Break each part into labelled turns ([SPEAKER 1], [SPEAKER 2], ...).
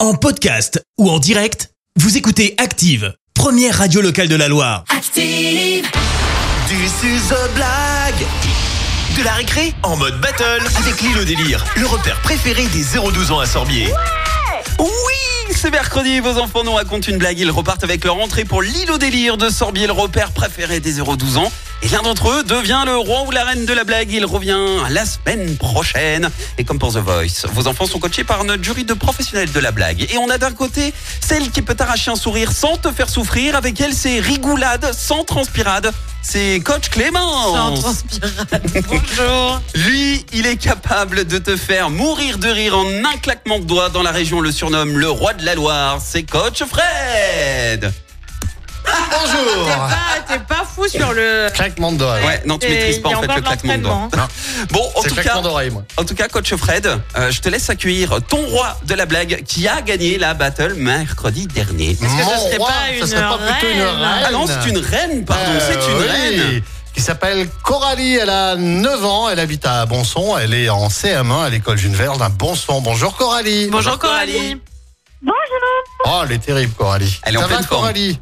[SPEAKER 1] En podcast ou en direct, vous écoutez Active, première radio locale de la Loire.
[SPEAKER 2] Active,
[SPEAKER 3] Du suzo blague De la récré en mode battle avec l'île au délire, le repère préféré des 0-12 ans à Sorbier.
[SPEAKER 4] Oui, c'est mercredi, vos enfants nous racontent une blague, ils repartent avec leur entrée pour l'île au délire de Sorbier, le repère préféré des 0-12 ans. Et l'un d'entre eux devient le roi ou la reine de la blague, il revient la semaine prochaine. Et comme pour The Voice, vos enfants sont coachés par notre jury de professionnels de la blague. Et on a d'un côté celle qui peut t'arracher un sourire sans te faire souffrir, avec elle c'est rigoulade sans transpirade. C'est coach Clémence.
[SPEAKER 2] sans transpirade. Bonjour.
[SPEAKER 4] Lui, il est capable de te faire mourir de rire en un claquement de doigts. Dans la région, le surnomme le roi de la Loire. C'est Coach Fred.
[SPEAKER 2] T'es pas, Ah, t'es pas fou sur le.
[SPEAKER 5] Claquement de doigts.
[SPEAKER 4] Ouais, non, tu
[SPEAKER 2] Et
[SPEAKER 4] maîtrises pas
[SPEAKER 2] il y a
[SPEAKER 4] en fait
[SPEAKER 2] encore
[SPEAKER 4] le
[SPEAKER 2] de
[SPEAKER 4] claquement de doigts.
[SPEAKER 2] l'entraînement. hein.
[SPEAKER 4] Bon, en
[SPEAKER 5] C'est
[SPEAKER 4] tout cas,
[SPEAKER 5] claquement d'oreille, moi.
[SPEAKER 4] en tout cas, Coach Fred, euh, je te laisse accueillir ton roi de la blague qui a gagné la battle mercredi dernier.
[SPEAKER 5] Mon
[SPEAKER 2] que ce serait
[SPEAKER 5] roi,
[SPEAKER 2] pas une
[SPEAKER 5] ce serait pas plutôt une
[SPEAKER 2] reine
[SPEAKER 5] reine.
[SPEAKER 4] Ah non, c'est une reine, pardon,
[SPEAKER 5] Euh,
[SPEAKER 4] c'est une
[SPEAKER 5] oui.
[SPEAKER 4] reine.
[SPEAKER 5] Qui s'appelle Coralie, elle a 9 ans, elle habite à Bonson, elle est en CM1 à l'école Jules Verne à Bonson. Bonjour Coralie.
[SPEAKER 2] Bonjour Coralie.
[SPEAKER 5] Oh, elle est terrible Coralie.
[SPEAKER 4] Elle est
[SPEAKER 5] Ça
[SPEAKER 4] en
[SPEAKER 5] va
[SPEAKER 4] pleine forme.
[SPEAKER 5] Coralie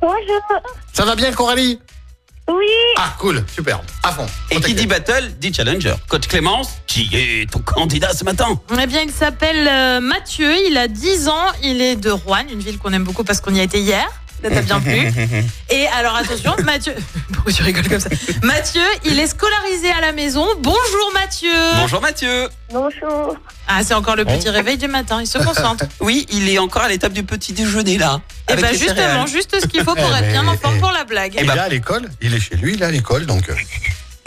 [SPEAKER 6] Bonjour.
[SPEAKER 5] Ça va bien Coralie
[SPEAKER 6] Oui,
[SPEAKER 5] Ah cool, super, à fond.
[SPEAKER 4] Et qui dit battle, dit challenger. Coach Clémence, qui est ton candidat ce matin
[SPEAKER 2] Eh bien, il s'appelle euh, Mathieu, il a 10 ans, il est de Rouen, une ville qu'on aime beaucoup parce qu'on y a été hier. Ça t'a bien plu. Et alors, attention, Mathieu. Pourquoi tu rigoles comme ça Mathieu, il est scolarisé à la maison. Bonjour Mathieu.
[SPEAKER 4] Bonjour Mathieu.
[SPEAKER 6] bonjour.
[SPEAKER 2] Ah, c'est encore le petit réveil du matin, il se concentre.
[SPEAKER 4] Oui, il est encore à l'étape du petit déjeuner là.
[SPEAKER 2] Et bien,
[SPEAKER 4] avec les
[SPEAKER 2] Eh ben, justement,
[SPEAKER 4] céréales. ben,
[SPEAKER 2] juste ce qu'il faut pour
[SPEAKER 5] Eh,
[SPEAKER 2] être bien
[SPEAKER 5] mais-
[SPEAKER 2] en forme
[SPEAKER 5] eh.
[SPEAKER 2] pour la blague.
[SPEAKER 5] Et
[SPEAKER 4] Eh ben-
[SPEAKER 5] là à l'école, il est chez lui, il est à l'école donc. euh,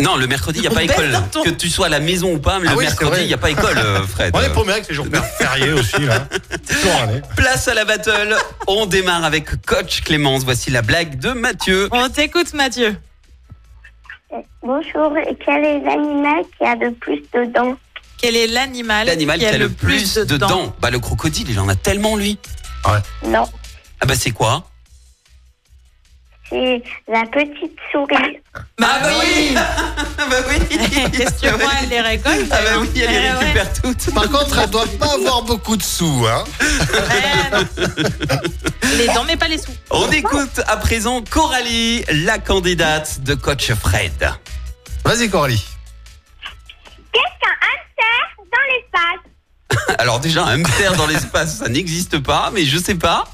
[SPEAKER 4] Non, le mercredi, il n'y a
[SPEAKER 2] On
[SPEAKER 4] pas
[SPEAKER 2] baisse
[SPEAKER 4] école.
[SPEAKER 2] un ton.
[SPEAKER 4] Que tu sois à la maison ou pas, mais
[SPEAKER 5] Ah
[SPEAKER 4] le
[SPEAKER 5] oui, c'est
[SPEAKER 4] mercredi,
[SPEAKER 5] vrai.
[SPEAKER 4] il n'y a pas école, euh, Fred.
[SPEAKER 5] On est paumé avec les jours fériés aussi là. Toujours aller.
[SPEAKER 4] Place à la battle. On démarre avec Coach Clémence. Voici la blague de Mathieu.
[SPEAKER 2] On t'écoute, Mathieu.
[SPEAKER 6] Bonjour. Quel est l'animal qui a le plus de dents
[SPEAKER 2] Quel est l'animal
[SPEAKER 4] L'animal qui a le plus de dents. Bah, le crocodile, il en a tellement, lui.
[SPEAKER 6] Non,
[SPEAKER 4] Ah, bah, c'est quoi
[SPEAKER 6] c'est la petite souris.
[SPEAKER 2] Bah oui
[SPEAKER 4] Ah, bah oui
[SPEAKER 2] Question, elle les récolte.
[SPEAKER 4] Ah, bah oui, elle les
[SPEAKER 2] Eh ouais.
[SPEAKER 4] récupère toutes.
[SPEAKER 5] Par contre, elle doit pas avoir beaucoup de sous, hein.
[SPEAKER 2] Eh non. Les dents, mais pas les sous.
[SPEAKER 4] On écoute à présent Coralie, la candidate de Coach Fred.
[SPEAKER 5] Vas-y Coralie.
[SPEAKER 6] Qu'est-ce qu'un hamster dans l'espace
[SPEAKER 4] Alors, déjà, un hamster dans l'espace, ça n'existe pas, mais je sais pas.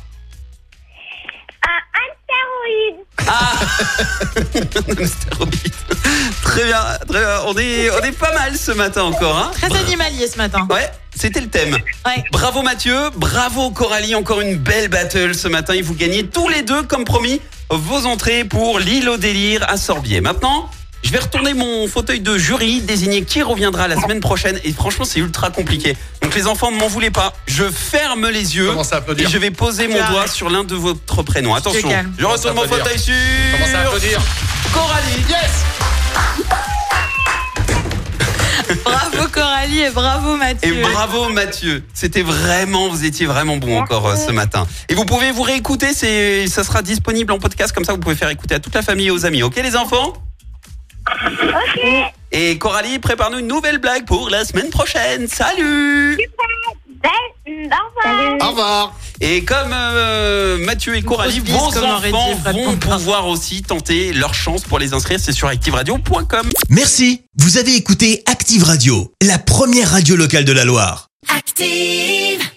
[SPEAKER 6] Un hamsteroïde.
[SPEAKER 4] Ah. Un astéroïde. très bien, très bien. On est, on est pas mal ce matin encore. Hein
[SPEAKER 2] Très animalier ce matin.
[SPEAKER 4] ouais, c'était le thème.
[SPEAKER 2] Ouais.
[SPEAKER 4] Bravo Mathieu, bravo Coralie, encore une belle battle ce matin. Et vous gagnez tous les deux, comme promis, vos entrées pour l'île au délire à Sorbier. Maintenant, je vais retourner mon fauteuil de jury, désigner qui reviendra la semaine prochaine. Et franchement, c'est ultra compliqué. Donc les enfants, ne m'en voulez pas. Je ferme les yeux.
[SPEAKER 5] Commence à
[SPEAKER 4] Et
[SPEAKER 5] applaudir.
[SPEAKER 4] je vais poser mon
[SPEAKER 2] Claire.
[SPEAKER 4] doigt sur l'un de votre prénom. Attention,
[SPEAKER 2] calme.
[SPEAKER 4] je retourne
[SPEAKER 5] Commence
[SPEAKER 4] mon
[SPEAKER 5] à
[SPEAKER 4] fauteuil sur
[SPEAKER 5] Commence à applaudir.
[SPEAKER 4] Coralie.
[SPEAKER 5] Yes
[SPEAKER 2] Bravo Coralie et bravo
[SPEAKER 4] Et
[SPEAKER 2] Mathieu.
[SPEAKER 4] bravo Mathieu, c'était vraiment, vous étiez vraiment bon encore euh, ce matin. Et vous pouvez vous réécouter, c'est, ça sera disponible en podcast comme ça, vous pouvez faire écouter à toute la famille et aux amis. Ok les enfants
[SPEAKER 6] Ok.
[SPEAKER 4] Et Coralie, prépare-nous une nouvelle blague pour la semaine prochaine. Salut
[SPEAKER 6] Ben, au revoir.
[SPEAKER 5] Au revoir.
[SPEAKER 4] Et comme euh, Mathieu et Coralie,
[SPEAKER 2] grosse bise,
[SPEAKER 4] vos
[SPEAKER 2] comme aurait dit
[SPEAKER 4] enfants
[SPEAKER 2] Fred
[SPEAKER 4] vont
[SPEAKER 2] Pompard.
[SPEAKER 4] pouvoir aussi tenter leur chance pour les inscrire, c'est sur activeradio.com.
[SPEAKER 1] Merci, vous avez écouté Active Radio, la première radio locale de la Loire.
[SPEAKER 2] Active